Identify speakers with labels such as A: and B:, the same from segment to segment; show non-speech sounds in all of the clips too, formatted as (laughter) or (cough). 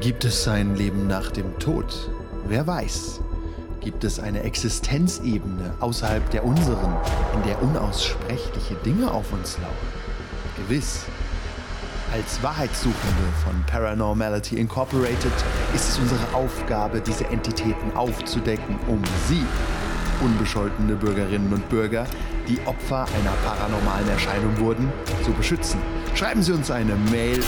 A: Gibt es ein Leben nach dem Tod? Wer weiß? Gibt es eine Existenzebene außerhalb der unseren, in der unaussprechliche Dinge auf uns lauern? Gewiss. Als Wahrheitssuchende von Paranormality Incorporated ist es unsere Aufgabe, diese Entitäten aufzudecken, um sie, unbescholtene Bürgerinnen und Bürger, die Opfer einer paranormalen Erscheinung wurden, zu beschützen. Schreiben Sie uns eine Mail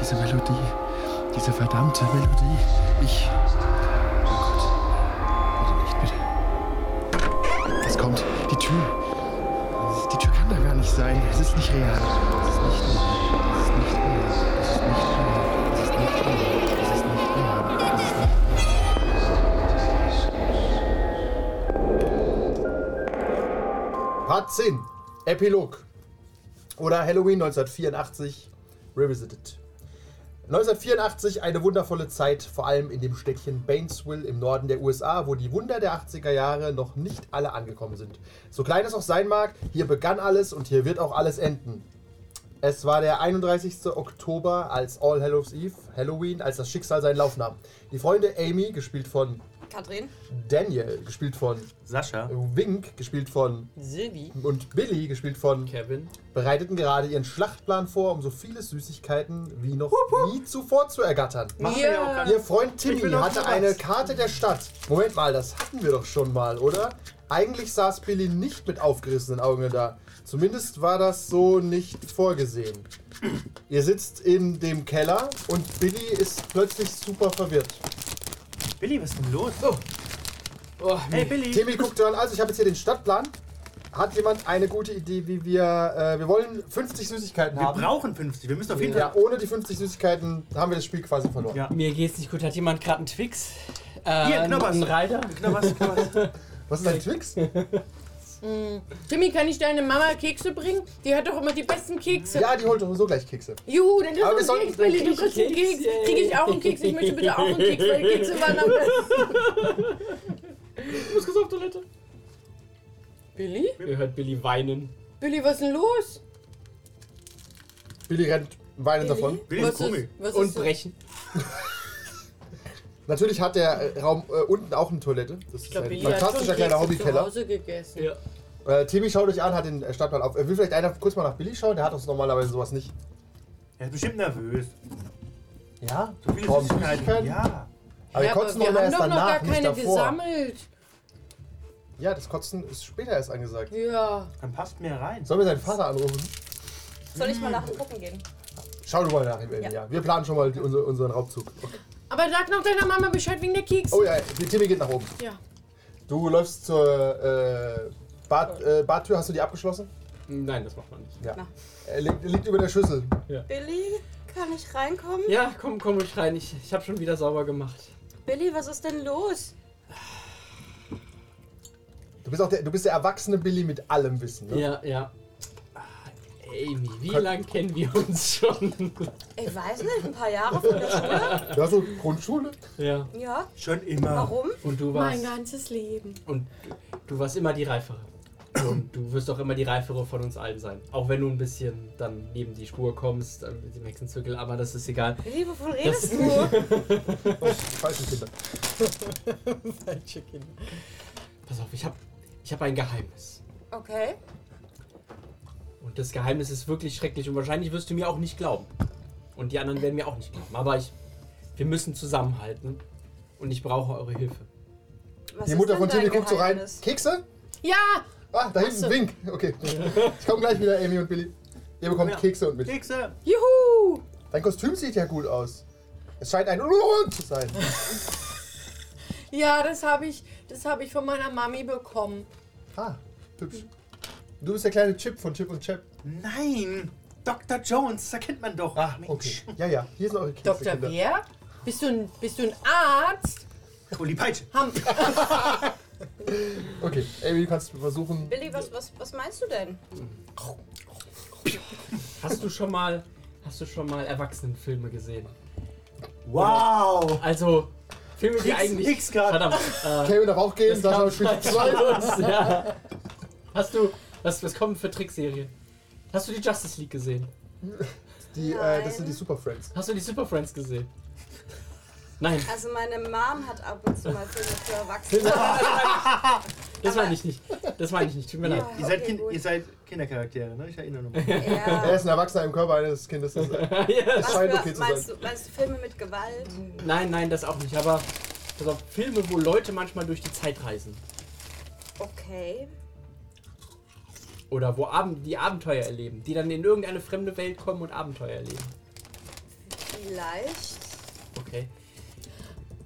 A: Diese Melodie, diese verdammte Melodie. Ich. Oh Gott. Bitte nicht, bitte. Es kommt. Die Tür. Die Tür kann da gar nicht sein. Es ist nicht real. Es ist nicht real. Es ist nicht real. Es ist nicht real. Es ist nicht real. Es ist nicht real. Es ist nicht real.
B: Part 10. Epilog. Oder Halloween 1984 Revisited. 1984 eine wundervolle Zeit, vor allem in dem Städtchen Bainesville im Norden der USA, wo die Wunder der 80er Jahre noch nicht alle angekommen sind. So klein es auch sein mag, hier begann alles und hier wird auch alles enden. Es war der 31. Oktober als All Hallows Eve, Halloween, als das Schicksal seinen Lauf nahm. Die Freunde Amy, gespielt von
C: Katrin,
B: Daniel, gespielt von
D: Sascha.
B: Wink, gespielt von
C: Silvi,
B: und Billy, gespielt von
D: Kevin.
B: bereiteten gerade ihren Schlachtplan vor, um so viele Süßigkeiten wie noch nie zuvor zu ergattern.
C: Ja.
D: Machen wir ja auch gar
B: Ihr
D: nicht.
B: Freund Timmy
D: Ich bin auf
B: hatte
D: Platz.
B: eine Karte der Stadt. Moment mal, das hatten wir doch schon mal, oder? Eigentlich saß Billy nicht mit aufgerissenen Augen da. Zumindest war das so nicht vorgesehen. Ihr sitzt in dem Keller und Billy ist plötzlich super verwirrt.
D: Billy, was ist denn los?
E: Oh,
D: Hey, Billy. (laughs)
B: Timmy guckt dran, also ich habe jetzt hier den Stadtplan. Hat jemand eine gute Idee, wie wir... Äh, wir wollen 50 Süßigkeiten
D: Wir
B: haben.
D: brauchen 50. Wir müssen auf jeden
B: Ja,
D: Fall.
B: ohne die 50 Süßigkeiten haben wir das Spiel quasi verloren.
D: Ja.
E: mir geht's nicht gut. Hat jemand gerade einen Twix? Äh,
D: Hier,
E: einen
D: Knoppers.
E: einen Reiter?
D: Knabberst, knabberst.
B: Was ist
C: (laughs)
B: ein Twix?
C: Timmy, kann ich deine Mama Kekse bringen? Die hat doch immer die besten Kekse.
B: Ja, die holt doch so gleich Kekse.
C: Juhu, dann
B: Aber wir
C: kriegst du
B: sollten-
C: einen Keks, Billy, du kriegst einen
E: Keks,
C: Keks.
E: yay.
C: Krieg ich auch einen Keks? Ich möchte bitte auch einen Keks, weil Kekse waren am
B: (laughs)
C: besten.
E: Ich muss kurz auf Toilette.
C: Billy?
E: Ihr hört Billy weinen.
C: Billy, was ist denn los?
B: Billy rennt weinend davon.
D: Billy
C: was
D: ist komisch.
C: was
E: Und
C: ist so-
E: brechen.
B: Natürlich hat der äh, Raum äh, unten auch eine Toilette. Das ist
C: Ich glaub,
B: ein
C: Billy
B: fantastischer
C: hat
B: kleiner
C: schon Kekse zu
B: Hobbykeller.
C: Hause gegessen.
E: Ja.
B: Äh, Timmy, schaut euch an, hat den äh, Stadtplan auf. Äh, will vielleicht einer kurz mal nach Billy schauen? Der hat uns normalerweise sowas nicht.
D: Er ist bestimmt nervös.
B: Ja?
D: So viele
B: Warum
D: Süßigkeiten. Ja.
B: Aber wir
C: Ja,
B: kotzen
C: wir
B: doch immer
C: haben
B: erst
C: doch noch
B: danach,
C: gar
B: nicht
C: keine
B: davor.
C: gesammelt.
B: Ja, das Kotzen ist später erst angesagt.
C: Ja.
D: Dann passt mehr rein.
B: Sollen wir seinen Vater anrufen?
F: Soll ich mal nach den Puppen gehen?
B: Schau du mal nach ihm, ja.
F: Ja.
B: ja. Wir planen schon mal die, unser, unseren Raubzug. Okay.
C: Aber sag noch deiner Mama Bescheid wegen der Kekse.
B: Oh ja, die Timmy geht nach oben.
C: Ja.
B: Du läufst zur äh, Bad, äh, Badtür, hast du die abgeschlossen?
E: Nein, das macht man nicht.
B: Ja.
F: Na.
B: Er liegt, liegt über der Schüssel.
F: Billy, kann ich reinkommen?
E: Ja, komm, komm ruhig rein. Ich, ich habe schon wieder sauber gemacht.
F: Billy, was ist denn los?
B: Du bist auch der, du bist der erwachsene Billy mit allem Wissen. Ne?
E: Ja, ja. Ah, Amy, wie
B: Kön-
E: lange kennen wir uns schon?
F: Ich weiß nicht, ein paar Jahre von der Schule?
B: Du hast so Grundschule.
E: (laughs) ja.
F: Ja,
D: Schon immer.
F: warum?
E: Und du warst.
C: Mein ganzes Leben.
E: Und du warst immer die Reifere. Und du wirst auch immer die Reifere von uns allen sein. Auch wenn du ein bisschen dann neben die Spur kommst, äh, mit dem Hexenzirkel, aber das ist egal.
F: Billy, wovon
E: Das-
F: redest du?
B: Oh, falsche Kinder.
E: Falsche Kinder. Pass auf, ich habe ich hab ein Geheimnis.
F: Okay.
E: Und das Geheimnis ist wirklich schrecklich und wahrscheinlich wirst du mir auch nicht glauben. Und die anderen werden mir auch nicht glauben. Aber ich, wir müssen zusammenhalten und ich brauche eure Hilfe.
F: Was
B: Die
F: ist
B: Mutter
F: denn
B: von
F: dein
B: Timmy guckt so rein.
F: Geheimnis?
B: Kekse?
C: Ja!
B: Ah, da hinten,
C: so.
B: Wink. Okay. Ich komme gleich wieder, Amy und Billy. Ihr bekommt
D: Ja.
B: Kekse und mit.
D: Kekse.
C: Juhu!
B: Dein Kostüm sieht ja gut aus. Es scheint ein Unruhe zu sein.
C: Ja, das habe ich, das habe ich von meiner Mami bekommen.
B: Ah, hübsch. Du bist der kleine Chip von Chip und Chap.
D: Nein. Dr. Jones, da kennt man doch. Ach,
B: Okay. Ja, ja. Hier sind eure Kekse.
C: Dr.
B: Kinder.
C: Bär? Bist du ein, bist du ein Arzt?
D: Oh, die Peitsche.
C: (laughs) Ham
B: Okay, Amy, du kannst versuchen.
F: Billy, was, was, was meinst du denn?
E: Hast du schon mal, hast du schon mal Erwachsenenfilme gesehen?
D: Wow.
E: Also Filme, die
D: Nix-
E: eigentlich
D: nix grad. (laughs)
E: Verdammt. Äh,
B: Kevin darf auch gehen.
E: (laughs)
B: Sascha spielt zwei.
E: ja. Hast du was was kommen für Trickserien? Hast du die Justice League gesehen?
B: Die, äh, das
F: Nein.
B: sind die Super Friends.
E: Hast du die Super Friends gesehen?
D: (laughs)
E: Nein,
F: Also meine Mom hat ab und zu mal Filme für Erwachsene.
E: das meine ich nicht. Das meine ich nicht. Tut mir leid.
D: Ihr seid,
F: Ah, Okay,
D: kind,
F: gut.
D: ihr seid Kindercharaktere, ne? Ich erinnere
F: (laughs)
B: (laughs)
D: mich.
B: Er
F: Ja.
B: ist ein Erwachsener im Körper eines Kindes. Das äh,
E: (laughs)
B: ist
E: Ja.
F: Was
B: scheint
F: für,
B: okay zu
F: meinst,
B: sein.
F: du, meinst du Filme mit Gewalt?
E: Nein, nein, das auch nicht. Aber pass auf, Filme, wo Leute manchmal durch die Zeit reisen.
F: Okay.
E: Oder wo Abend, die Abenteuer erleben. Die dann in irgendeine fremde Welt kommen und Abenteuer erleben.
F: Vielleicht.
E: Okay.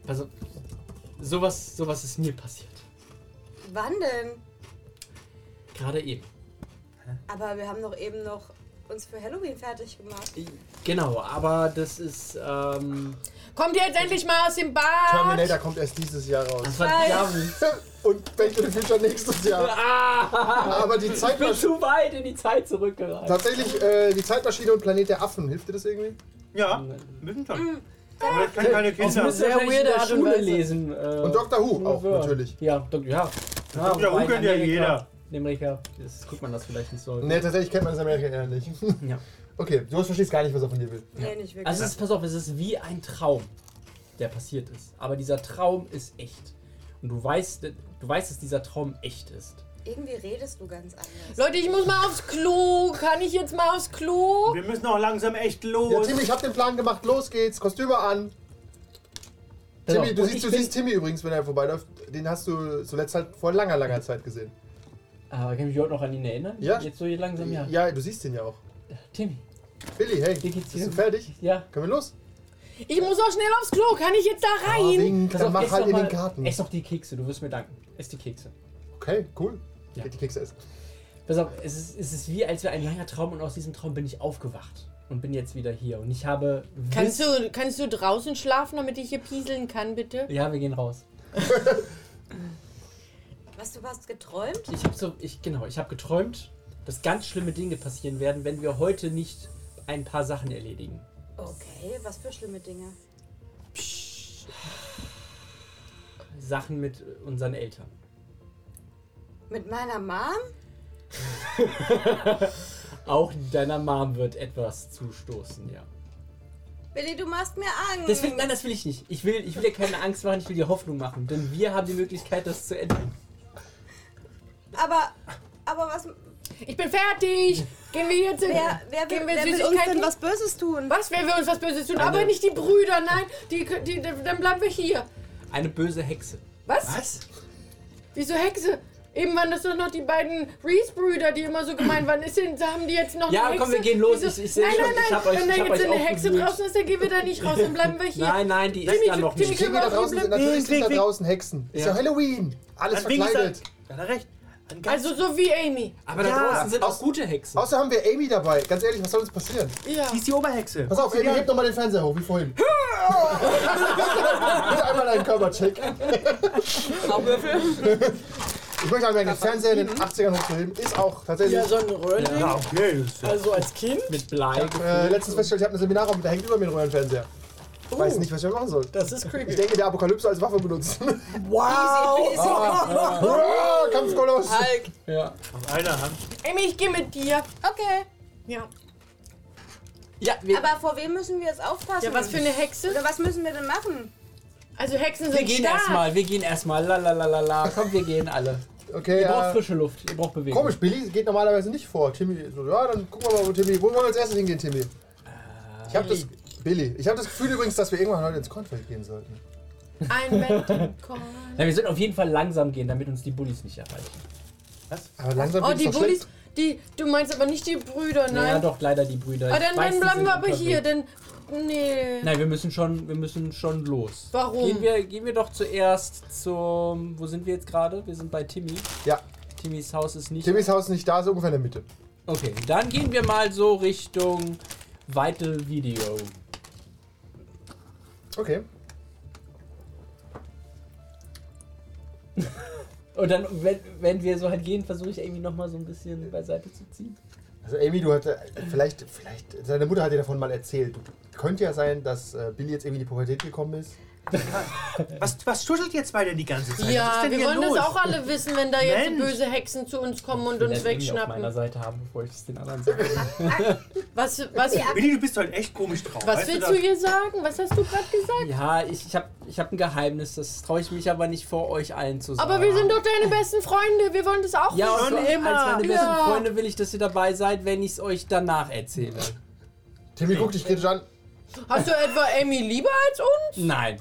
E: Also, sowas, sowas ist mir passiert.
F: Wann denn?
E: Gerade eben.
F: Aber wir haben doch eben noch uns für Halloween fertig gemacht.
E: Genau, aber das ist, ähm...
C: Kommt ihr jetzt endlich mal aus dem Bad?
B: Terminator kommt erst dieses Jahr raus. (laughs)
E: Das war
F: Nein.
E: Jahren.
B: Und Back to the Future nächstes Jahr.
E: (laughs) Ah,
B: Aber die
E: ich bin
B: Zeitmaschine.
E: zu weit in die Zeit zurückgereist.
B: Tatsächlich, äh, die Zeitmaschine und Planet der Affen, hilft dir das irgendwie?
D: Ja, müssen
F: Mm.
D: schon. Aber das kann keine
E: Das
D: Kinder.
E: müssen wir
C: Sehr
E: wahrscheinlich in
C: weirde
E: der
C: Art und
E: Schule
C: Weise.
E: lesen. äh,
B: Und Doctor Who auch,
E: Ja.
B: natürlich.
E: Ja, Dok ja. ja
D: Dr. Who
E: wobei in
D: kennt ja
E: Amerika-
D: jeder.
E: In Amerika das guckt man das vielleicht nicht so.
B: Ne, tatsächlich kennt man das in Amerika eher nicht. (laughs)
E: Ja.
B: Okay, du verstehst gar nicht, was er von dir will.
F: Nee, nicht wirklich.
E: Also es ist, pass auf, es ist wie ein Traum, der passiert ist. Aber dieser Traum ist echt. Und du weißt, du weißt, dass dieser Traum echt ist.
F: Irgendwie redest du ganz anders.
C: Leute, ich muss mal aufs Klo. Kann ich jetzt mal aufs Klo?
D: Wir müssen auch langsam echt
B: Ja,
D: los.
B: Timmy, ich hab den Plan gemacht, los geht's, Kostüme an.
E: Pass
B: Timmy,
E: auf,
B: du
E: und
B: siehst,
E: ich
B: du
E: bin-
B: siehst Timmy übrigens, wenn er vorbeiläuft. Den hast du zuletzt halt vor langer, langer Zeit gesehen.
E: Aber Ah, kann ich mich heute noch an ihn erinnern?
B: Ja.
E: Jetzt so langsam, ja.
B: Ja, du siehst ihn ja auch.
E: Timmy,
B: Billy, hey,
E: wie geht's
B: bist
E: dir?
B: du fertig?
E: Ja.
B: Können wir los?
C: Ich muss auch schnell aufs Klo. Kann ich jetzt da
B: Ah,
C: rein?
B: wink, dann mach
E: ess
B: halt
E: doch
B: in den
E: mal-
B: Garten.
E: Ess doch die Kekse, du wirst mir danken. Ess die Kekse.
B: Okay, cool.
E: Ja.
B: Geht die Kekse essen.
E: Pass auf, es ist, es ist wie, als wäre ein langer Traum und aus diesem Traum bin ich aufgewacht und bin jetzt wieder hier. Und ich habe.
C: Kannst
E: Wiss-
C: du, kannst du draußen schlafen, damit ich hier pieseln kann, bitte?
E: Ja, wir gehen raus.
F: Was, du hast geträumt?
E: Ich habe so, ich genau, ich habe geträumt, dass ganz schlimme Dinge passieren werden, wenn wir heute nicht ein paar Sachen erledigen.
F: Okay, was für schlimme Dinge.
E: Sachen mit unseren Eltern.
F: Mit meiner Mom?
E: Auch deiner Mom wird etwas zustoßen, ja.
F: Billy, du machst mir Angst.
E: Deswegen, nein, das will ich nicht. Ich will, ich will dir keine Angst machen, ich will dir Hoffnung machen, denn wir haben die Möglichkeit, das zu ändern.
F: aber, aber was.
C: Ich bin fertig. Gehen wir jetzt in.
F: Wer, wer,
C: gehen
F: will,
C: wir
F: wer will uns
C: Süßigkeiten
F: denn was Böses tun?
C: Was? Wer will uns was Böses tun? Aber nicht die Brüder, nein. Die, die, dann bleiben wir hier.
E: Eine böse Hexe.
C: Was?
D: Was?
C: Wieso Hexe? Eben waren das doch noch die beiden Reese-Brüder, die immer so gemein waren. Ist denn, haben die jetzt noch
E: Ja,
C: eine
E: komm,
C: Hexe?
E: wir gehen los.
C: Wieso?
E: Ich- ich seh
C: nein,
E: schon,
C: nein,
E: ich
C: nein.
E: hab euch-
C: Wenn da
E: ich hab
C: jetzt
E: euch
C: eine Hexe
E: aufgewühlt.
C: draußen ist, dann gehen wir da nicht raus, dann bleiben wir hier.
E: Nein, nein, die ist
C: Timmy,
E: dann noch
C: Timmy,
E: nicht.
B: Timmy, da draußen sind, natürlich sind da draußen Hexen. Ist ja
E: Ja.
B: Halloween. Alles
D: An Wings
B: verkleidet.
D: hat- Hat er recht. An ganz-
C: Also so wie Amy.
E: Aber da
D: Ja.
E: draußen sind auch gute Hexen.
B: Außer haben wir Amy dabei. Ganz ehrlich, was soll uns passieren?
C: Ja.
D: die ist die Oberhexe.
B: Pass auf, Amy, hebt nochmal den Fernseher hoch, wie vorhin. Bitte einmal einen Körpercheck.
F: Traumwürfel?
B: Ich möchte einmal den Fernseher in den 80ern hochzuheben. Ist auch tatsächlich.
C: Ja, so ein Röhrling.
D: Ja, okay. das ist ja-
C: Also als Kind.
E: mit Blei.
B: Äh, letztens festgestellt, ich habe einen Seminarraum, da hängt über mir ein Röhrenfernseher. Ich
E: Oh.
B: weiß nicht, was ich machen soll.
C: Das ist
B: Ich
C: creepy.
B: denke, der Apokalypse als Waffe benutzen. (laughs)
E: (laughs)
C: Wow.
B: Ah, Kampfkolos!
E: Halt.
F: Hulk.
E: Ja.
D: Auf einer Hand.
C: Amy, ich gehe mit dir.
F: Okay.
C: Ja.
E: Ja, wir,
F: Aber vor wem müssen wir jetzt aufpassen?
C: Ja, was für eine Hexe?
F: Oder was müssen wir denn machen?
C: Also Hexen sind
E: wir gehen
C: stark.
E: erstmal, wir gehen erstmal. La la la la la. Komm, wir gehen alle.
B: Okay,
E: Ihr braucht
B: äh,
E: frische Luft, ihr braucht Bewegung.
B: komisch, Billy geht normalerweise nicht vor. Timmy, so, ja, dann gucken wir mal, wo Timmy. Wo wollen wir als erstes hingehen, Timmy? Ich habe das. Äh, Billy, ich habe das Gefühl übrigens, dass wir irgendwann heute ins Cornfeld gehen sollten.
C: Ein Mountain
E: (laughs)
C: Corn.
E: Na, wir sollten auf jeden Fall langsam gehen, damit uns die Bullies nicht erreichen.
B: Aber langsam
C: Oh,
B: wird's
C: die
B: doch
C: Bullies,
B: schlecht.
C: die, du meinst aber nicht die Brüder,
E: Ja,
C: nein.
E: doch, leider die Brüder.
C: Aber
E: Ich
C: dann,
E: weiß,
C: dann
E: die
C: bleiben
E: sind
C: wir aber hier, denn.
E: unterwegs.
C: Nee.
E: Nein, wir müssen schon, wir müssen schon los.
C: Warum?
E: Gehen wir, gehen wir doch zuerst zum. Wo sind wir jetzt gerade? Wir sind bei Timmy.
B: Ja,
E: Timmys Haus ist nicht.
B: Timmys Haus ist nicht da, ist ungefähr in der Mitte.
E: Okay, dann gehen wir mal so Richtung Vital Video.
B: Okay.
E: Und dann, wenn, wenn wir so halt gehen, versuche ich irgendwie nochmal so ein bisschen beiseite zu ziehen.
B: Also Amy, du hatte vielleicht, vielleicht, seine Mutter hat dir davon mal erzählt. Könnte ja sein, dass äh, Billy jetzt irgendwie in die Pubertät gekommen ist.
D: Was, was tuschelt jetzt beide die ganze Zeit? was
C: Ja,
D: ist denn
C: wir
D: hier
C: wollen
D: los?
C: das auch alle wissen, wenn da jetzt
D: Mensch.
C: böse Hexen zu uns kommen und
E: will
C: uns
E: das Handy auf meiner
C: wegschnappen.
E: Seite haben, bevor ich es den anderen sage. (laughs)
C: Was, was,
D: Willi, du bist heute echt komisch drauf.
C: was willst du
D: das?
C: hier sagen? Was hast du gerade gesagt?
E: Ja, ich, ich habe ich hab ein Geheimnis, das traue ich mich aber nicht vor euch allen zu sagen.
C: Aber wir sind doch deine besten Freunde. Wir wollen das auch
E: Ja,
C: wissen.
E: und als
D: immer.
E: meine besten
C: Ja.
E: Freunde will ich, dass ihr dabei seid, wenn ich es euch danach erzähle.
B: Timmy, guck dich kritisch an.
C: Hast du etwa Amy lieber als uns?
E: Nein.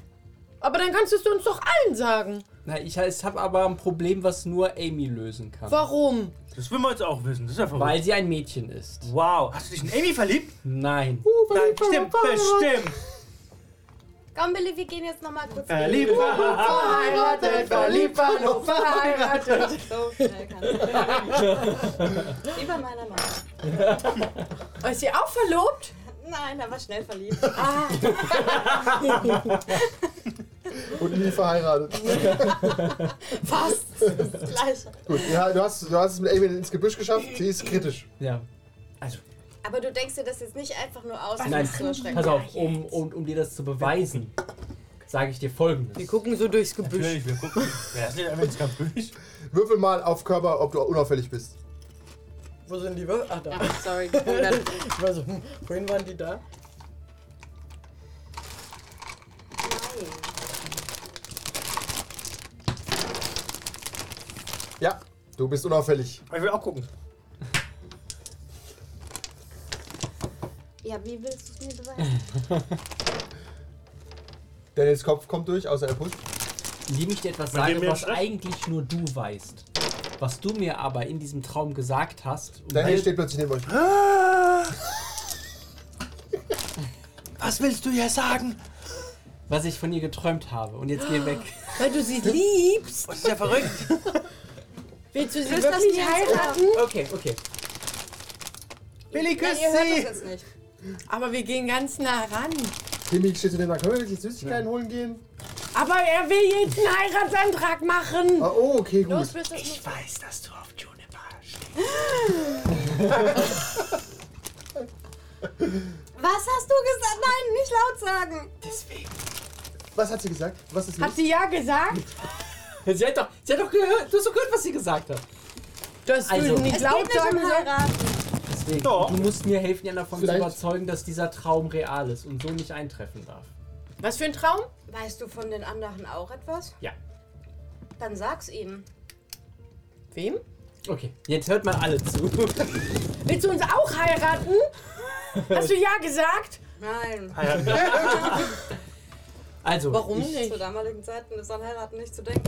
C: Aber dann kannst du es uns doch allen sagen.
E: Na, ich habe aber ein Problem, was nur Amy lösen kann.
C: Warum?
D: Das will man jetzt auch wissen. Das ist ja verrückt.
E: Weil sie ein Mädchen ist.
D: wow, hast du dich in Amy verliebt?
E: Nein.
D: Nein, bestimmt, bestimmt.
F: Komm, Billy, wir gehen jetzt nochmal kurz.
D: Verliebt.
C: Verheiratet, verliebt waren und verheiratet.
F: So schnell kann ich. Wie bei meiner Mama.
C: Ist sie auch verlobt?
F: Nein, da war schnell verliebt.
B: Und nie verheiratet. (laughs)
F: Fast. Das Gleiche.
B: Gut, ja, du, hast, du hast es mit Amy ins Gebüsch geschafft. Sie ist kritisch.
E: Ja. Also,
F: Aber du denkst dir das jetzt nicht einfach nur aus, um
E: nein,
F: uns zu erschrecken.
E: pass auf, um, um, um dir das zu beweisen, sage ich dir
C: Wir
E: folgendes.
C: gucken so durchs Gebüsch.
D: Natürlich, wir gucken. Wer ist denn einfach ins Gebüsch?
B: Würfel mal auf Körper, ob du unauffällig bist.
G: Wo sind die? Wür- Ach,
C: (laughs)
G: da.
F: Ah, sorry, gewundert.
G: Ich war so, hm, wohin waren die da?
F: Nein.
B: Ja, du bist unauffällig.
D: Ich will auch gucken.
F: Ja, wie willst du es mir beweisen?
B: Daniels Kopf kommt durch, außer er pusht.
E: Indem ich dir etwas
D: Mit dem
E: sage,
D: wir
E: was
D: jetzt-
E: eigentlich nur du weißt. Was du mir aber in diesem Traum gesagt hast. um
B: Daniel
E: dir-
B: steht plötzlich neben euch.
C: Ah.
D: Was willst du hier sagen?
E: was ich von ihr geträumt habe. Und jetzt geh weg.
C: Weil du sie liebst.
D: Das ist ja verrückt.
C: Willst du sie
F: Willst du das
C: wirklich
F: nicht ins Ohr?
C: heiraten?
E: Okay, okay.
D: Billy,
F: Nein,
D: küss
F: ihr hört das
D: sie!
F: jetzt nicht.
C: Aber wir gehen ganz nah ran.
B: Timmy steht zu dem Können wir die Süßigkeiten holen gehen?
C: Aber er will jetzt einen Heiratsantrag machen.
B: Ah, oh, okay, gut.
C: Los, willst du das
D: weiß, dass du auf Juniper stehst.
F: Was hast du gesagt? Nein, nicht laut sagen.
D: Deswegen.
B: Was hat sie gesagt? Was ist
C: Hat
B: los?
C: sie ja gesagt?
E: Sie hat doch, sie hat doch gehört, du hast doch gehört, was sie gesagt hat.
C: Dass
E: Also-
C: du nicht
F: Es
C: laut
F: geht nicht
C: sagen
F: um
C: sollst.
F: heiraten.
E: Deswegen,
D: Doch.
E: du musst mir helfen, Jan davon
B: Vielleicht-
E: zu überzeugen, dass dieser Traum real ist und so nicht eintreffen darf.
C: Was für ein Traum?
F: Weißt du von den anderen auch etwas?
E: Ja.
F: Dann sag's ihnen.
C: Wem?
E: Okay, jetzt hört mal alle zu. (laughs)
C: Willst du uns auch
F: (laughs)
C: heiraten? Hast du ja gesagt?
F: Nein.
E: Also,
C: Warum
E: Ich,
C: nicht?
F: Zu damaligen Zeiten ist an heiraten nicht zu denken.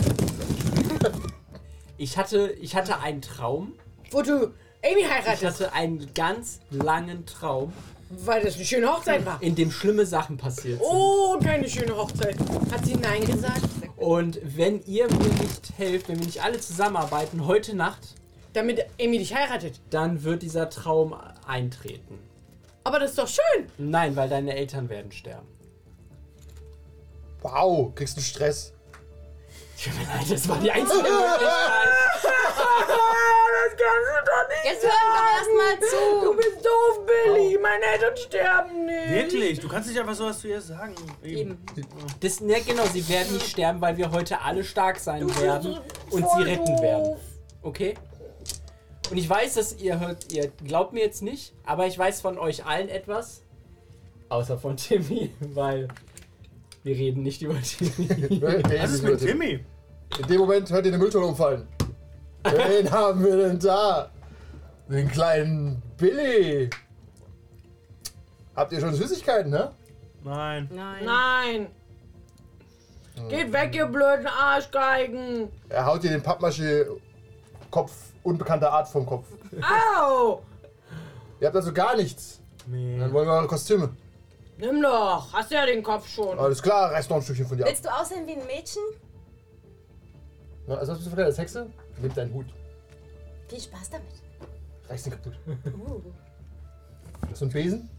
E: ich, hatte, ich hatte einen Traum.
C: Wo du Amy
E: Ich
C: heiratest,
E: hatte einen ganz langen Traum,
C: weil das eine schöne Hochzeit war.
E: in dem schlimme Sachen passiert sind.
C: Oh, keine schöne Hochzeit. Hat sie Nein gesagt?
E: Und wenn ihr mir nicht helft, wenn wir nicht alle zusammenarbeiten heute Nacht,
C: Damit Amy dich heiratet.
E: dann wird dieser Traum eintreten.
C: Aber das ist doch schön.
E: Nein, weil deine Eltern werden sterben. (laughs)
B: Wow, kriegst du Stress.
E: Tut mir leid, das war die
C: (laughs)
E: einzige Möglichkeit.
F: Jetzt hören wir erstmal zu.
C: Du bist doof, Billy. Meine Eltern sterben nicht.
D: Wirklich, du kannst nicht einfach sowas zu ihr sagen.
F: Eben.
E: Das, ja, genau, sie werden nicht sterben, weil wir heute alle stark sein werden und sie
C: voll
E: retten
C: doof.
E: werden. Okay? Und ich weiß, dass ihr hört, ihr glaubt mir jetzt nicht, aber ich weiß von euch allen etwas. Außer von Timmy, (laughs) weil wir reden nicht über
B: (laughs)
D: (laughs)
E: Timmy.
D: Was ist mit Timmy?
B: In dem Moment hört ihr eine Mülltonne umfallen.
D: (laughs)
B: Wen haben wir denn da? Den kleinen Billy. Habt ihr schon Süßigkeiten, ne?
D: Nein.
F: Nein.
C: Nein.
F: Oh.
C: Geht weg, ihr blöden Arschgeigen.
B: Er haut dir den Pappmasche-Kopf unbekannter Art vom Kopf.
C: Au.
B: Ihr habt also gar nichts. Dann wollen wir eure Kostüme.
C: Nimm doch. Hast ja den Kopf schon.
B: Alles klar, reißt noch ein Stückchen von dir ab.
F: Willst du aussehen wie ein Mädchen?
B: Na, Also was bist du verkleidet als Hexe? Nimm deinen Hut.
F: Viel Spaß damit.
B: Reiß den kaputt.
F: Uh.
B: Hast du einen Besen?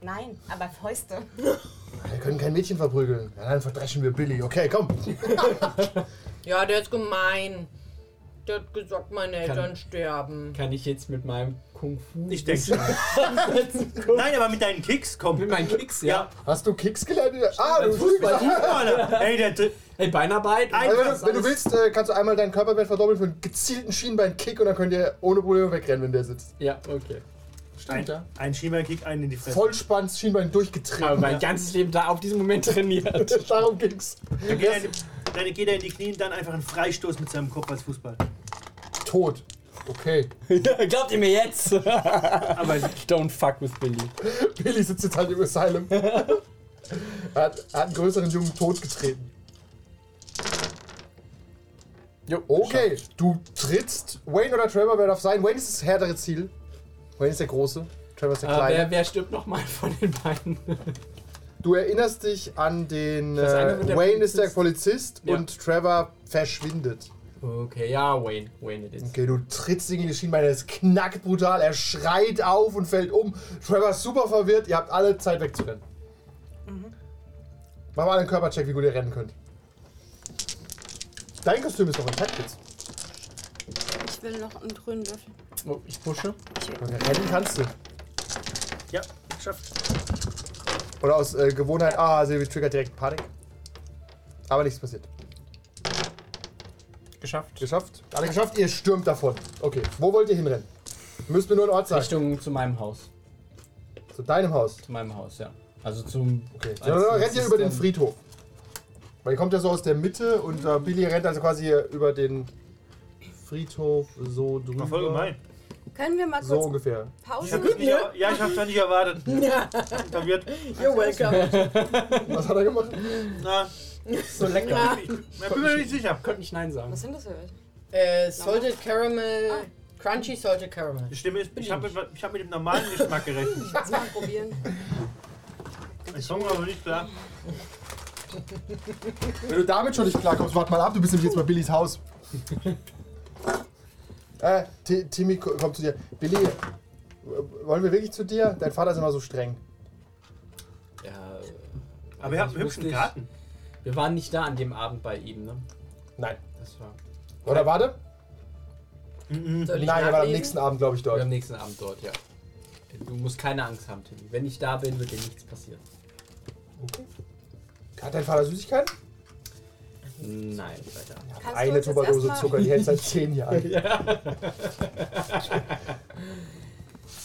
F: Nein, aber Fäuste.
B: Wir können kein Mädchen verprügeln. Ja, dann verdreschen wir Billy. Okay, komm.
C: Ja, der ist gemein. Der hat gesagt, meine Eltern sterben.
E: Kann ich jetzt mit meinem Kung Fu.
D: Ich denke schon. (laughs) Nein, aber mit deinen Kicks, komm.
E: Mit meinen Kicks, ja.
B: Hast du Kicks gelernt? Ah, du
D: Fußball, Fußballer. Ey, der, der
E: Ey, Beinarbeit.
B: Also wenn, du, wenn du willst, äh, kannst du einmal deinen Körperwert verdoppeln für einen gezielten Schienbein-Kick und dann könnt ihr ohne Probleme wegrennen, wenn der sitzt.
E: Ja, okay.
D: ein,
B: ja.
D: ein Schieberkick, einen in die Fresse.
B: Vollspanns Schienbein
E: Aber
B: durchgetreten.
E: mein ganzes Leben da auf diesen Moment trainiert.
B: Darum ging's.
D: Dann geht, er in, dann geht er in die Knie und dann einfach einen Freistoß mit seinem Kopf als Fußball.
B: Tot. Okay.
E: (laughs) Glaubt ihr mir (laughs) jetzt?
D: Aber
E: Don't fuck with Billy.
B: Billy sitzt jetzt halt im (laughs) Asylum. er, hat, er hat einen größeren Jungen totgetreten.
E: Jo,
B: Okay, du trittst. Wayne oder Trevor, wer darf sein? Wayne ist das härtere Ziel. Wayne ist der Große, Trevor ist der
E: Äh,
B: Kleine.
E: wer, wer stirbt nochmal von den beiden? (laughs)
B: Du erinnerst dich an den.
E: Das eine
B: Äh,
E: mit der
B: Wayne ist der Polizist
E: Polizist. Ja.
B: und Trevor verschwindet.
E: Okay, ja, Wayne. Wayne it is.
B: Okay, du trittst ihn in die Schienbeine, es knackt brutal, er schreit auf und fällt um. Trevor ist super verwirrt, ihr habt alle Zeit wegzurennen.
E: Mhm.
B: Mach mal einen Körpercheck, wie gut ihr rennen könnt. Dein Kostüm ist noch intakt jetzt.
F: Ich will noch einen grünen Würfel.
E: Oh, ich pushe.
B: Und rennen kannst du.
D: ja, geschafft.
B: Oder aus äh, Gewohnheit, ah, Silvi triggert direkt Panik. Aber nichts passiert.
E: Geschafft.
B: Geschafft? Alle geschafft, ihr stürmt davon. Okay, wo wollt ihr hinrennen? Müsst mir nur einen Ort sagen.
E: Richtung zu meinem Haus.
B: Zu deinem Haus.
E: Zu meinem Haus, ja. Also zum.
B: Okay.
E: Also
B: Dann
E: das
B: rennt ihr
E: ist
B: über den
E: dann-
B: Friedhof. Weil ihr kommt ja so aus der Mitte und äh, Billy rennt also quasi hier über den Friedhof so drüber.
D: War voll gemein.
F: Können wir mal
B: So
F: kurz
B: ungefähr.
F: Pause
D: Hab's nicht, er- ja, ne? ich hab's (laughs) ja nicht erwartet.
G: Ja,
D: Da wird.
G: you're welcome.
B: Was hat er gemacht?
D: Na,
E: So lecker.
D: ich ich bin mir nicht sicher.
E: Könnte ich Nein sagen.
F: Was sind das für welche?
C: Äh, Salted Caramel.
F: Ah.
C: Crunchy Salted Caramel.
D: Die Stimme ist, ich habe mit, ich hab mit dem normalen Geschmack gerechnet. (laughs)
F: Lass mal probieren.
D: Ich komme aber nicht klar.
B: Wenn du damit schon nicht klarkommst, warte mal ab, du bist nämlich jetzt bei Billys Haus. (laughs) äh, Ti- Timmy ko- kommt zu dir. Billy, w- wollen wir wirklich zu dir? Dein Vater ist immer so streng.
E: Ja, äh,
D: Aber wir haben einen hübschen
E: Ich wusste nicht.
D: Garten.
E: wir waren nicht da an dem Abend bei ihm, ne?
B: Nein.
E: Das war.
B: Oder warte?
C: (laughs) Soll
B: Nein, er
C: ich
B: war am
C: nachlesen?
B: nächsten Abend, glaube ich,
E: Wir am
B: dort.
E: nächsten Abend dort, ja. Du musst keine Angst haben, Timmy. Wenn ich da bin, wird dir nichts passieren.
B: Hat dein Vater Süßigkeiten?
E: Nein, leider.
F: Kannst du
B: Eine
F: uns jetzt
B: Tupperdose
F: erstmal
B: Zucker, die hält
F: (laughs)
B: seit zehn Jahren.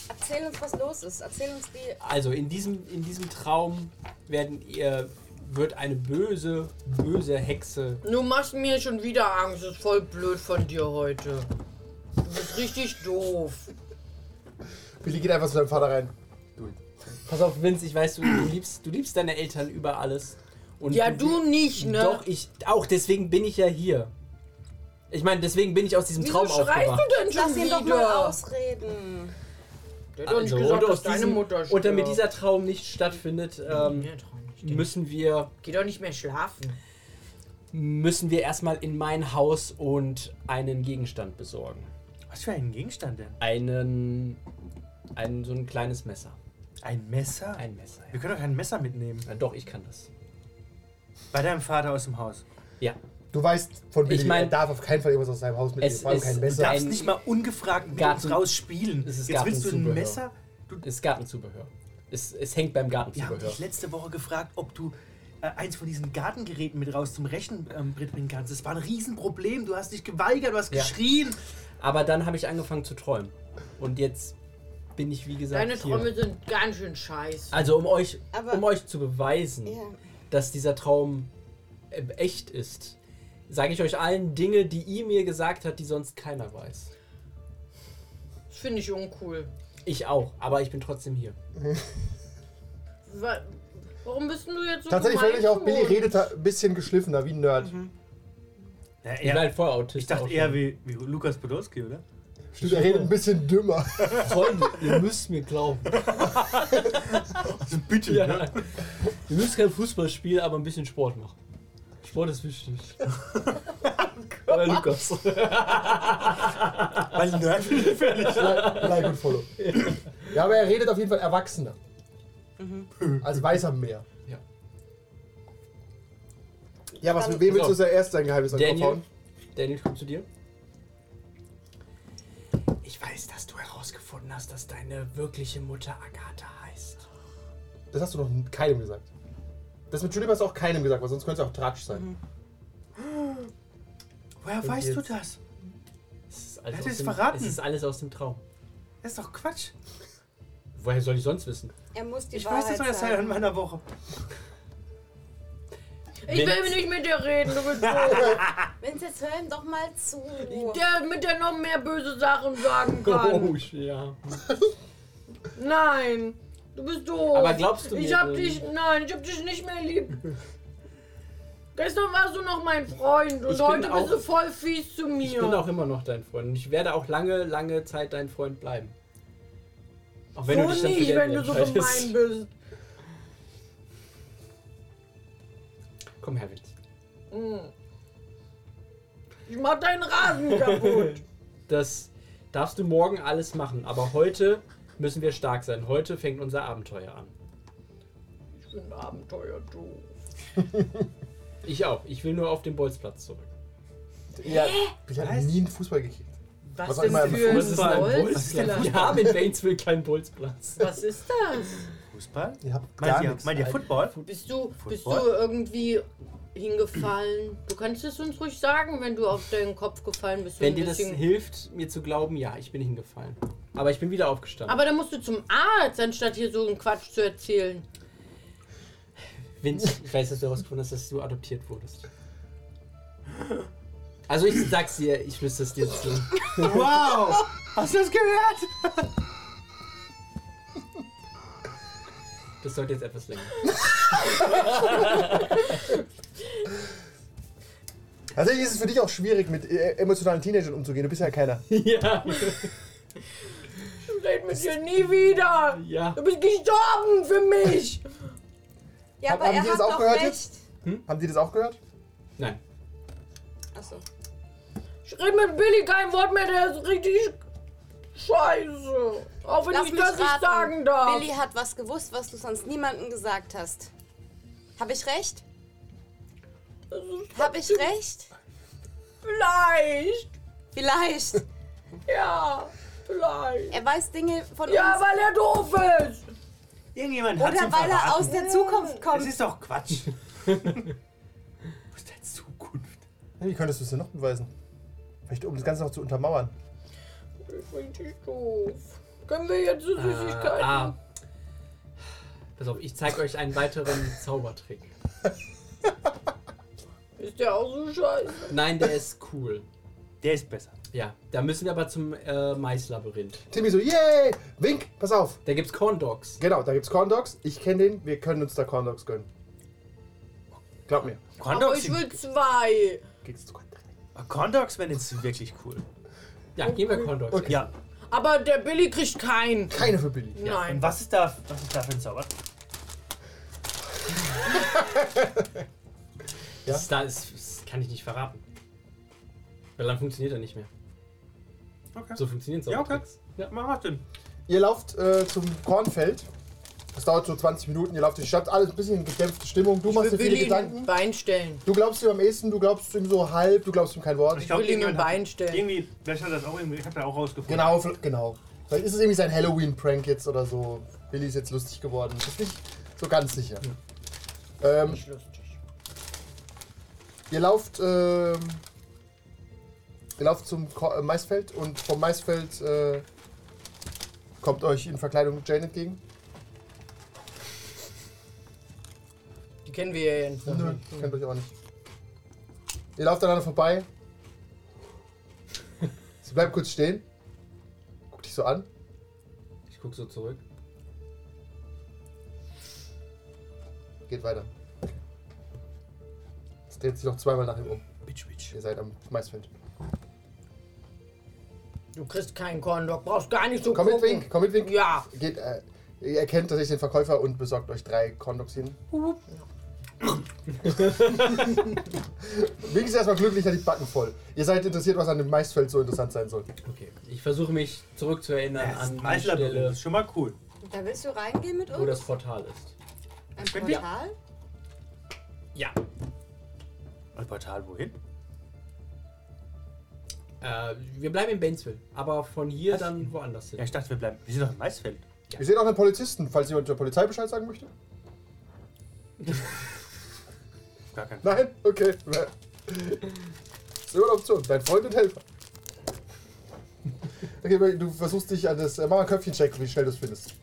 F: Erzähl uns, was los ist. Erzähl uns die.
E: Also in diesem, in diesem Traum werden ihr, wird eine böse, böse Hexe.
C: Du machst mir schon wieder Angst. Das ist voll blöd von dir heute. Du bist richtig doof.
B: Billy geht einfach zu deinem Vater rein. Du,
E: Pass auf, Vince, ich weiß, du, du, liebst, du liebst deine Eltern über alles. Und
C: Ja, du nicht, ne?
E: Doch, ich auch. Deswegen bin ich ja hier. Ich meine, deswegen bin ich aus diesem
C: Wieso
E: Traum
C: schreist
E: aufgewacht.
C: du denn schon
F: Lass ihn
C: wieder?
F: doch mal ausreden.
C: Der hat doch nicht
E: Also,
C: gesagt,
E: und
C: dass
E: aus
C: deine
E: diesem,
C: Mutter stirbt.
E: und damit dieser Traum nicht stattfindet, ähm,
C: Nee, trau nicht.
E: müssen wir
C: Geh doch nicht mehr schlafen.
E: müssen wir erstmal in mein Haus und einen Gegenstand besorgen.
D: Was für ein Gegenstand denn?
E: Einen, einen so ein kleines Messer.
D: Ein Messer?
E: Ein Messer. Ja.
D: Wir können doch kein Messer mitnehmen.
E: Na Doch, ich kann das.
D: Bei deinem Vater aus dem Haus.
E: Ja.
B: du weißt von Billy,
E: Ich mein-
B: er darf auf keinen Fall irgendwas aus seinem Haus mitnehmen,
E: Es
B: vor allem
E: ist-
B: kein
D: Du
B: Messer.
D: darfst
E: Ein-
D: nicht mal ungefragt mit
E: Garten-
D: uns raus spielen.
E: Es ist
D: Jetzt willst du ein
E: Gartenzubehör.
D: Messer?
E: Ist Gartenzubehör. Es, es hängt beim
D: Wir haben
E: Gartenzubehör.
D: dich letzte Woche gefragt, ob du äh, eins von diesen Gartengeräten mit raus zum Rechnen ähm, mitbringen kannst. Das war ein Riesenproblem. Du hast dich geweigert, du hast
E: Ja.
D: geschrien.
E: Aber dann habe ich angefangen zu träumen. Und jetzt bin ich, wie gesagt,
C: Deine Träume
E: hier.
C: sind ganz schön scheiße.
E: Also, um euch,
F: Aber-
E: um euch zu beweisen,
F: Ja.
E: dass dieser Traum äh, echt ist, sage ich euch allen Dinge, die I mir gesagt hat, die sonst keiner weiß.
C: Das finde ich uncool.
E: Ich auch, aber ich bin trotzdem hier.
C: Wa- Warum bist denn du jetzt so
B: Tatsächlich
C: gemein
B: fand ich auch,
C: zu
B: Billy
C: uns?
B: redet da ein bisschen geschliffener, wie ein Nerd.
D: Ja,
E: Ich bin
D: eher,
E: halt vorher Autist.
D: ich dachte eher wie, wie Lukas Podolski, (laughs) oder?
B: Stimmt, er redet ein bisschen dümmer.
E: Freunde, ihr müsst mir glauben.
D: Also bitte,
E: (laughs) Ja.
D: ne?
E: Ihr müsst kein Fußball spielen, aber ein bisschen Sport machen. Sport ist (laughs) wichtig. Oh Oder Lukas.
D: Weil Nerd völlig.
B: like und
E: (laughs)
B: follow. Ja, aber er redet auf jeden Fall erwachsener. Als weißer mehr.
E: Hm. Ja.
B: Ja, was, wem willst du
E: Pass auf.
B: als erst dein Geheimnis
E: Also, Daniel,
B: anvertrauen?
E: Daniel, ich komm zu dir. Ich weiß, dass du herausgefunden hast, dass deine wirkliche Mutter Agatha heißt.
B: Das hast du noch keinem gesagt. Das mit Julian hast du auch keinem gesagt, weil sonst könnte es auch Tratsch sein.
D: Woher
B: Und
D: weißt du
B: jetzt-
D: das?
E: Es ist alles
D: Er hat
E: aus
D: es
E: dem,
D: verraten.
E: Es ist alles aus dem Traum.
D: Das ist doch Quatsch.
E: Woher soll ich sonst wissen?
F: Er muss die
D: Ich weiß das
F: Wahrheit
D: euer Teil
F: sagen.
D: an meiner Woche.
C: Ich will
E: Wenn's-
C: nicht mit dir reden, du
B: (laughs)
C: bist doof.
F: Vince, jetzt hör ihm doch mal zu.
C: Der, mit der noch mehr böse Sachen sagen
E: Oh,
C: kann.
E: ja.
C: Nein, du bist doof.
E: Aber glaubst du mir
C: Ich hab
E: denn?
C: dich, nein, ich hab dich nicht mehr lieb. Gestern warst du noch mein Freund und
E: Ich bin
C: heute
E: auch-
C: bist du voll fies zu mir.
E: Ich bin auch immer noch dein Freund. Und ich werde auch lange, lange Zeit dein Freund bleiben. Auch wenn
C: so
E: du dich dann für
C: nicht,
E: Geld
C: wenn du so
E: entscheidest.
C: gemein bist.
E: Komm her, Vince.
C: Ich mach deinen Rasen kaputt.
E: Das darfst du morgen alles machen, aber heute müssen wir stark sein. Heute fängt unser Abenteuer an.
C: Ich bin Abenteuer doof.
E: Ich auch. Ich will nur auf den Bolzplatz zurück.
B: Ja. Ich habe nie einen Fußball gekickt.
G: Was,
B: Was auch
G: denn
B: immer er
G: für
B: macht.
G: ein
E: Was ist denn ein
G: Bolz?
E: Bolzplatz? (laughs) Wir haben in Waynesville keinen Bolzplatz.
G: Was ist das?
D: Fußball?
B: Ihr habt gar
D: Meint ihr,
B: nichts.
D: meint ihr Football?
C: Bist du, bist du
D: Football?
C: irgendwie hingefallen? Du kannst es uns ruhig sagen, wenn du auf deinen Kopf gefallen bist. so
E: Wenn
C: ein
E: dir das
C: bisschen-
E: hilft, mir zu glauben, ja, ich bin hingefallen. Aber ich bin wieder aufgestanden.
C: Aber dann musst du zum Arzt, anstatt hier so einen Quatsch zu erzählen.
E: Vince, ich weiß, dass du herausgefunden hast, dass du adoptiert wurdest. Also ich sag's dir, ich flüster es dir zu.
D: Wow! Hast du das gehört?
E: Das sollte jetzt etwas länger.
B: Tatsächlich ist es für dich auch schwierig, mit äh, emotionalen Teenagern umzugehen. Du bist ja
E: (laughs)
B: keiner.
E: (laughs) ja,
C: Ich red mit dir nie wieder.
E: ja.
C: Du bist gestorben für mich.
F: Ja,
B: Hab-
F: aber
B: haben
F: er
B: die das
F: hat
B: auch
F: doch
B: gehört
F: recht.
B: Haben die das auch gehört?
E: Nein.
F: Achso.
C: Ich red mit Billy kein Wort mehr, der ist richtig scheiße. Auch wenn
F: Lass
C: ich
F: mich
C: das nicht
F: raten.
C: sagen darf.
F: Billy hat was gewusst, was du sonst niemandem gesagt hast. Habe ich recht? Habe ich recht?
C: Vielleicht.
F: Vielleicht.
C: Ja, vielleicht.
F: Er weiß Dinge von
C: Ja,
F: uns.
C: weil er doof ist.
D: Irgendjemand hat
F: Oder weil er aus der Zukunft
D: Das
F: kommt.
D: ist doch Quatsch. (laughs) aus der Zukunft.
B: Ja, Wie könntest du es denn noch beweisen? Vielleicht um das Ganze noch zu untermauern.
C: Das ist richtig doof. Können wir jetzt so Süßigkeiten?
E: ah. Pass auf, ich zeig euch einen weiteren Zaubertrick.
C: Ist der auch so scheiße?
E: Nein, der ist cool.
D: Der ist besser.
E: Ja, da müssen wir aber zum äh, Maislabyrinth.
B: Timmy so, yay! Wink, pass auf.
E: Da gibt's Corn Dogs.
B: Genau, da gibt's Corn Dogs. Ich kenne den. Wir können uns da Corn Dogs gönnen. Glaub mir.
C: Aber ich will zwei.
B: Kriegst du sogar drei.
D: Condogs wären jetzt wirklich cool.
E: Ja, gehen wir Corn Dogs.
B: Okay.
D: Ja.
C: Aber der Billy kriegt keinen.
B: Keine für Billy.
D: Und
C: Nein.
D: was ist da, was ist da für ein Zauber?
E: Das, da ist, das kann ich nicht verraten. Weil dann funktioniert er nicht mehr.
D: Okay.
E: So funktionieren
D: Ja, okay.
E: Zaubertricks. Ja,
D: Mach was denn?
B: Ihr lauft äh, zum Kornfeld. Das dauert so 20 Minuten. Ihr lauft durch die Stadt. Alles ein bisschen gedämpfte Stimmung. Du machst dir viele
C: Billy ein
B: Gedanken.
C: Bein stellen.
B: Du glaubst ihm am ehesten, du glaubst ihm so halb, du glaubst ihm kein Wort.
D: Ich glaube,
C: will ihm ein
D: irgendjemand
C: Bein
D: hat,
C: stellen.
D: irgendwie, vielleicht hat er das auch irgendwie, ich habe da auch rausgefunden.
B: Genau, vi- genau. Vielleicht ist es irgendwie sein Halloween-Prank jetzt oder so. Billy ist jetzt lustig geworden. Das ist nicht so ganz sicher. Ähm,
C: Nicht lustig.
B: ihr lauft, ähm, ihr lauft zum Ko äh, Maisfeld und vom Maisfeld äh, kommt euch in Verkleidung Jane entgegen.
C: Die kennen wir ja jetzt. noch
B: Nö,
C: nicht.
B: kennt euch auch nicht. Ihr lauft aneinander vorbei. Sie bleibt kurz stehen. Guckt dich so an.
E: ich guck so zurück.
B: Geht weiter. Es dreht sich noch zweimal nach ihm um.
E: Genau.
D: Bitch, bitch.
B: Ihr seid am Maisfeld.
C: Du kriegst keinen Corndog, brauchst gar nicht so
B: Komm mit,
C: gucken.
B: Wink, komm mit, Wink.
C: Ja.
B: Geht, äh, ihr erkennt tatsächlich den Verkäufer und besorgt euch drei Kondoks hin. (laughs) Wink ist erstmal glücklich, hat die Backen voll. Ihr seid interessiert, was an dem Maisfeld so interessant sein soll.
E: Okay. Ich versuche mich zurückzuerinnern
D: Das
E: an
D: ist
E: die
D: Meißler-
E: Stelle,
D: das ist schon mal cool.
F: Da willst du reingehen mit
E: wo das
F: uns?
E: Portal ist.
F: Ein
D: Wenn wir-
F: Portal?
E: Ja.
D: Ein Portal wohin?
E: Äh, wir bleiben in Bainesville, aber von hier dann woanders hin.
D: Ja, ich dachte, wir bleiben. Wir sind doch in Maisfeld.
B: Wir sehen auch einen Polizisten, falls jemand der Polizei Bescheid sagen möchte.
D: Gar kein.
B: Nein? Okay. Ist immer eine Option. Dein Freund und Helfer. Okay, weil du versuchst dich an das. äh, Mach mal einen Köpfchen-Check, wie schnell du es findest.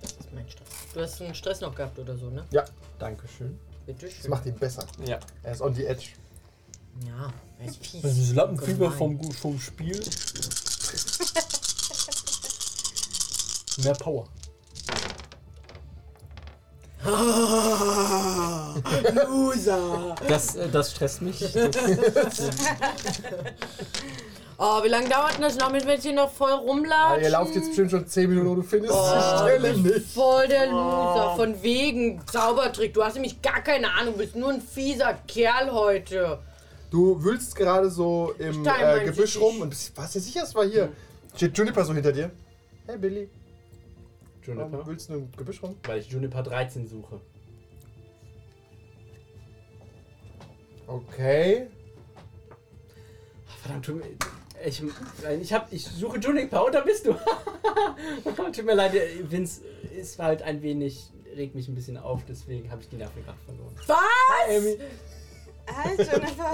G: Das ist mein Stress.
C: Du hast einen Stress noch gehabt oder so, ne?
B: Ja. Dankeschön. Das
C: Bitteschön.
B: macht ihn besser.
E: Ja.
B: Er ist on the edge.
C: Ja, er ist fies.
E: Das ist
C: Lappenfieber
E: Lampenfieber vom, vom Spiel. Mehr Power. Ah,
G: Loser!
E: Das, äh, das stresst mich.
C: Oh, wie lange dauert denn das noch, mit wenn ich hier noch voll rumlatschen?
B: Aber ihr lauft jetzt bestimmt schon 10 Minuten und du findest die
C: Oh,
B: Stelle
C: du bist
B: nicht.
C: voll
B: Oh.
C: der Loser. Von wegen Zaubertrick. Du hast nämlich gar keine Ahnung. Du bist nur ein fieser Kerl heute.
B: Du wühlst gerade so im
C: Stein,
B: äh,
C: mein
B: Gebüsch
C: Fisch.
B: rum und bist, warst dir sicher, es war hier. Steht Juniper so hinter dir. Hey Billy, warum
E: Juniper?
B: wühlst du im Gebüsch rum?
E: Weil ich Juniper 13 suche.
B: Okay.
E: Verdammt, tut mir, ich, nein, ich, hab, ich suche Juniper und da bist du. (laughs) tut mir leid, äh, Vince ist halt ein wenig, regt mich ein bisschen auf, deswegen habe ich die Nerven gerade verloren.
C: Was?
F: Halt, Jennifer.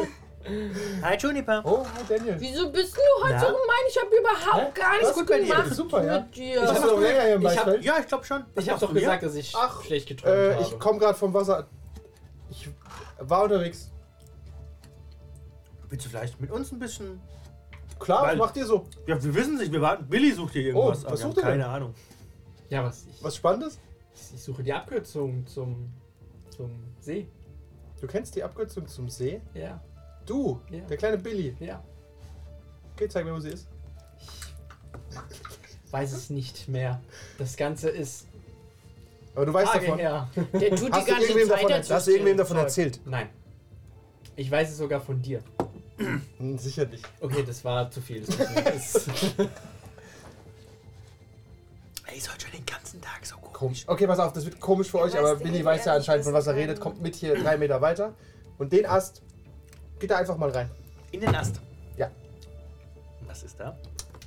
D: Hi, Juniper.
B: Oh, hi Daniel.
C: Wieso bist du heute
D: Na?
C: so gemein? Ich habe überhaupt gar nichts
B: Alles gut bei dir?
C: gemacht
B: Super, ja.
C: mit dir.
B: Ich hast du noch länger hier im
E: ich hab-
B: Beispiel?
D: Ja, ich glaube schon.
E: Ich habe
D: machst
E: doch
D: du hier?
E: gesagt, dass ich
B: Ach,
E: schlecht geträumt
B: Äh,
E: habe.
B: ich komme gerade vom Wasser. Ich war unterwegs.
D: Willst du vielleicht mit uns ein bisschen.
B: Klar,
D: Weil-
B: was macht ihr so?
D: Ja, wir wissen nicht, wir warten. Billy sucht hier irgendwas.
E: Oh,
B: was
D: aber wir
B: sucht
D: haben
B: er denn?
D: Keine Ahnung.
E: ja, was ich,
B: Was Spannendes?
E: ich suche die Abkürzung zum, zum See.
B: Du kennst die Abkürzung zum See?
E: Ja,
B: Du,
E: Ja.
B: der kleine Billy.
E: ja.
B: Okay, zeig mir, wo sie ist.
E: Weiß es nicht mehr. Das Ganze ist
B: Aber du weißt
E: Tage
B: davon.
E: her. (laughs)
C: Der tut
B: Hast
C: die
B: du,
C: ganze
B: irgendwem
C: Zeit
B: davon,
C: dazu
B: hast du irgendwem
C: stehen.
B: davon erzählt?
E: Nein. Ich weiß es sogar von dir.
B: Hm, sicher nicht.
E: Okay, das war zu viel. Das war zu viel.
D: Ey, ist heute schon den ganzen Tag so komisch.
B: Komisch. Okay, pass auf, das wird komisch für
F: Er
B: euch,
F: weiß
B: aber
F: Dinge,
B: Billy
F: die
B: weiß
F: er
B: ja
F: nicht
B: anscheinend, von was er
F: wissen
B: redet.
F: kann.
B: Kommt mit hier drei Meter weiter. Und den Ast, geht da einfach mal rein.
D: In den Ast.
B: Ja.
D: Was ist da?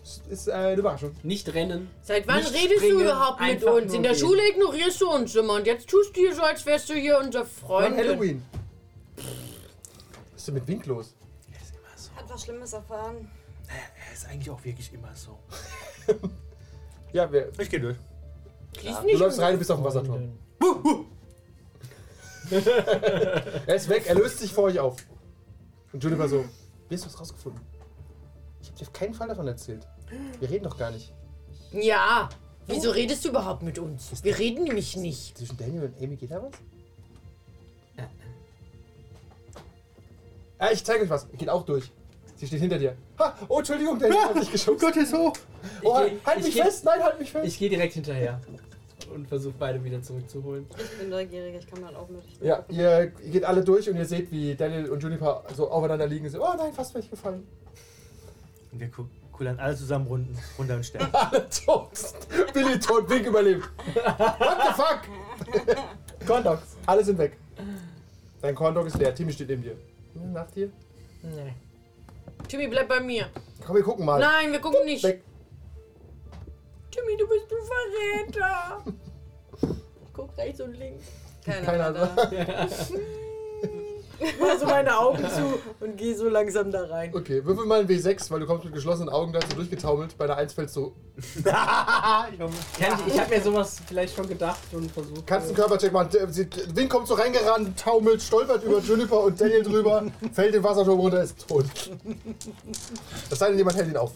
B: Das ist äh, eine Überraschung.
E: (laughs) nicht rennen.
C: Seit wann
E: Nicht
C: redest
E: springen,
C: du überhaupt mit
E: einfach
C: uns?
E: nur
C: In der
E: gehen.
C: Schule ignorierst du uns immer und jetzt tust du hier so, als wärst du hier unser
B: An
C: Freund.
B: Halloween. Was ist denn mit Wink los?
D: Er ist immer so.
F: Hat was Schlimmes erfahren.
D: Er ist eigentlich auch wirklich immer so.
B: Ja, wer,
D: Ich gehe durch.
C: Die ist
B: du
C: nicht
B: läufst rein und bist auf dem Wasserturm. (laughs) Er ist weg, er löst sich vor euch auf. Und Juniper so, wie hast du das rausgefunden? Ich habe dir auf keinen Fall davon erzählt. Wir reden doch gar nicht.
C: Ja. Wieso redest du überhaupt mit uns? Wir reden nämlich nicht.
B: Zwischen Daniel und Amy geht da was?
E: Äh,
B: Ah, ich zeige euch was. Geht auch durch. Sie steht hinter dir. Ha! Oh, Entschuldigung, Daniel hat dich geschubst.
D: Gott, ist hoch.
B: Oh,
E: Ich geh-
B: halt
E: ich
B: mich
E: geh-
B: fest! Nein, halt mich fest!
E: Ich gehe direkt hinterher und versuche beide wieder zurückzuholen.
F: Ich bin neugierig, ich kann mal auch mit. Ich bin
B: ja,
F: offen.
B: ihr, ihr geht alle durch und ihr seht, wie Daniel und Juniper so aufeinander liegen. So, oh nein, fast wäre ich gefallen. (laughs)
D: Und wir gu- kullern alle zusammen runden, runter und (laughs) sterben.
B: Alle tot. Billy tot, Wink überlebt. What the fuck?
E: (laughs)
B: Corndogs, alle sind weg. Dein Corndog ist leer, Timmy steht neben dir. Hm, Nach dir?
C: Nee. Timmy, bleib bei mir.
B: Komm, wir gucken mal.
C: Nein, wir gucken nicht.
B: Halt. Weg.
C: Timmy, du bist ein Verräter. Ich guck rechts und links.
F: Keine,
B: Keine
F: Ahnung.
B: Ahnung.
C: Mach so meine Augen zu und geh so langsam da rein.
B: Okay, würfel mal ein W6, weil du kommst mit geschlossenen Augen dazu durchgetaumelt. Bei der 1 fällst du.
D: Ah, ich hoffe,
E: Kann ich ich habe mir sowas vielleicht schon gedacht und versucht.
B: Kannst einen Körpercheck machen. Der- sie- Wink kommt so reingerannt, taumelt, stolpert über Juniper und Daniel drüber, fällt den Wasserturm runter, ist tot. Das sei denn, jemand hält ihn auf.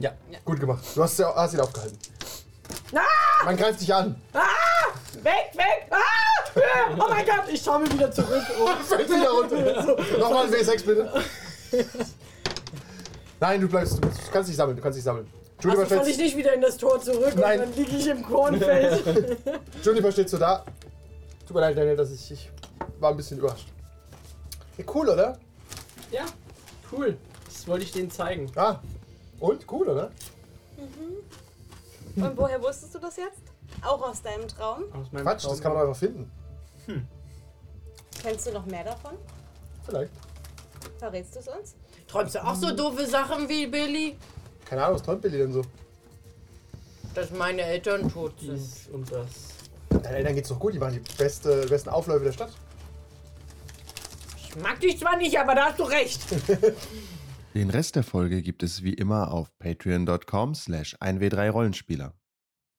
E: Ja.
B: Gut gemacht. Du hast, hast ihn aufgehalten. Man greift dich an.
G: Weg, weg! Ah! Oh mein Gott, ich schaue mir wieder zurück. Oh,
B: Fällt wieder runter. Nochmal ein W6 bitte. Nein, du bleibst. Du bist- du kannst dich sammeln, du kannst dich sammeln. Juniper,
G: also falle ich
B: fällt,
G: nicht wieder in das Tor zurück
B: Nein.
G: und dann liege ich im Kornfeld.
B: Juniper steht so da. Tut mir leid, Daniel, dass ich. Ich war ein bisschen überrascht. Ja, cool, oder?
E: Ja, cool. Das wollte ich denen zeigen.
B: Ah. Und? Cool, oder?
F: Und woher wusstest du das jetzt? Auch aus deinem Traum?
E: Aus meinem
B: Quatsch, das kann man doch einfach finden.
F: Kennst du noch mehr davon?
B: Vielleicht.
F: Verrätst du es uns?
C: Träumst du auch so doofe Sachen wie Billy?
B: Keine Ahnung, was träumt Billy denn so?
C: Dass meine Eltern tot sind.
E: Dies und das.
B: Deinen Eltern geht's doch gut, die machen die beste, besten Aufläufe der Stadt.
C: Ich mag dich zwar nicht, aber da hast du recht.
A: Den Rest der Folge gibt es wie immer auf patreon.com slash 1w3rollenspieler.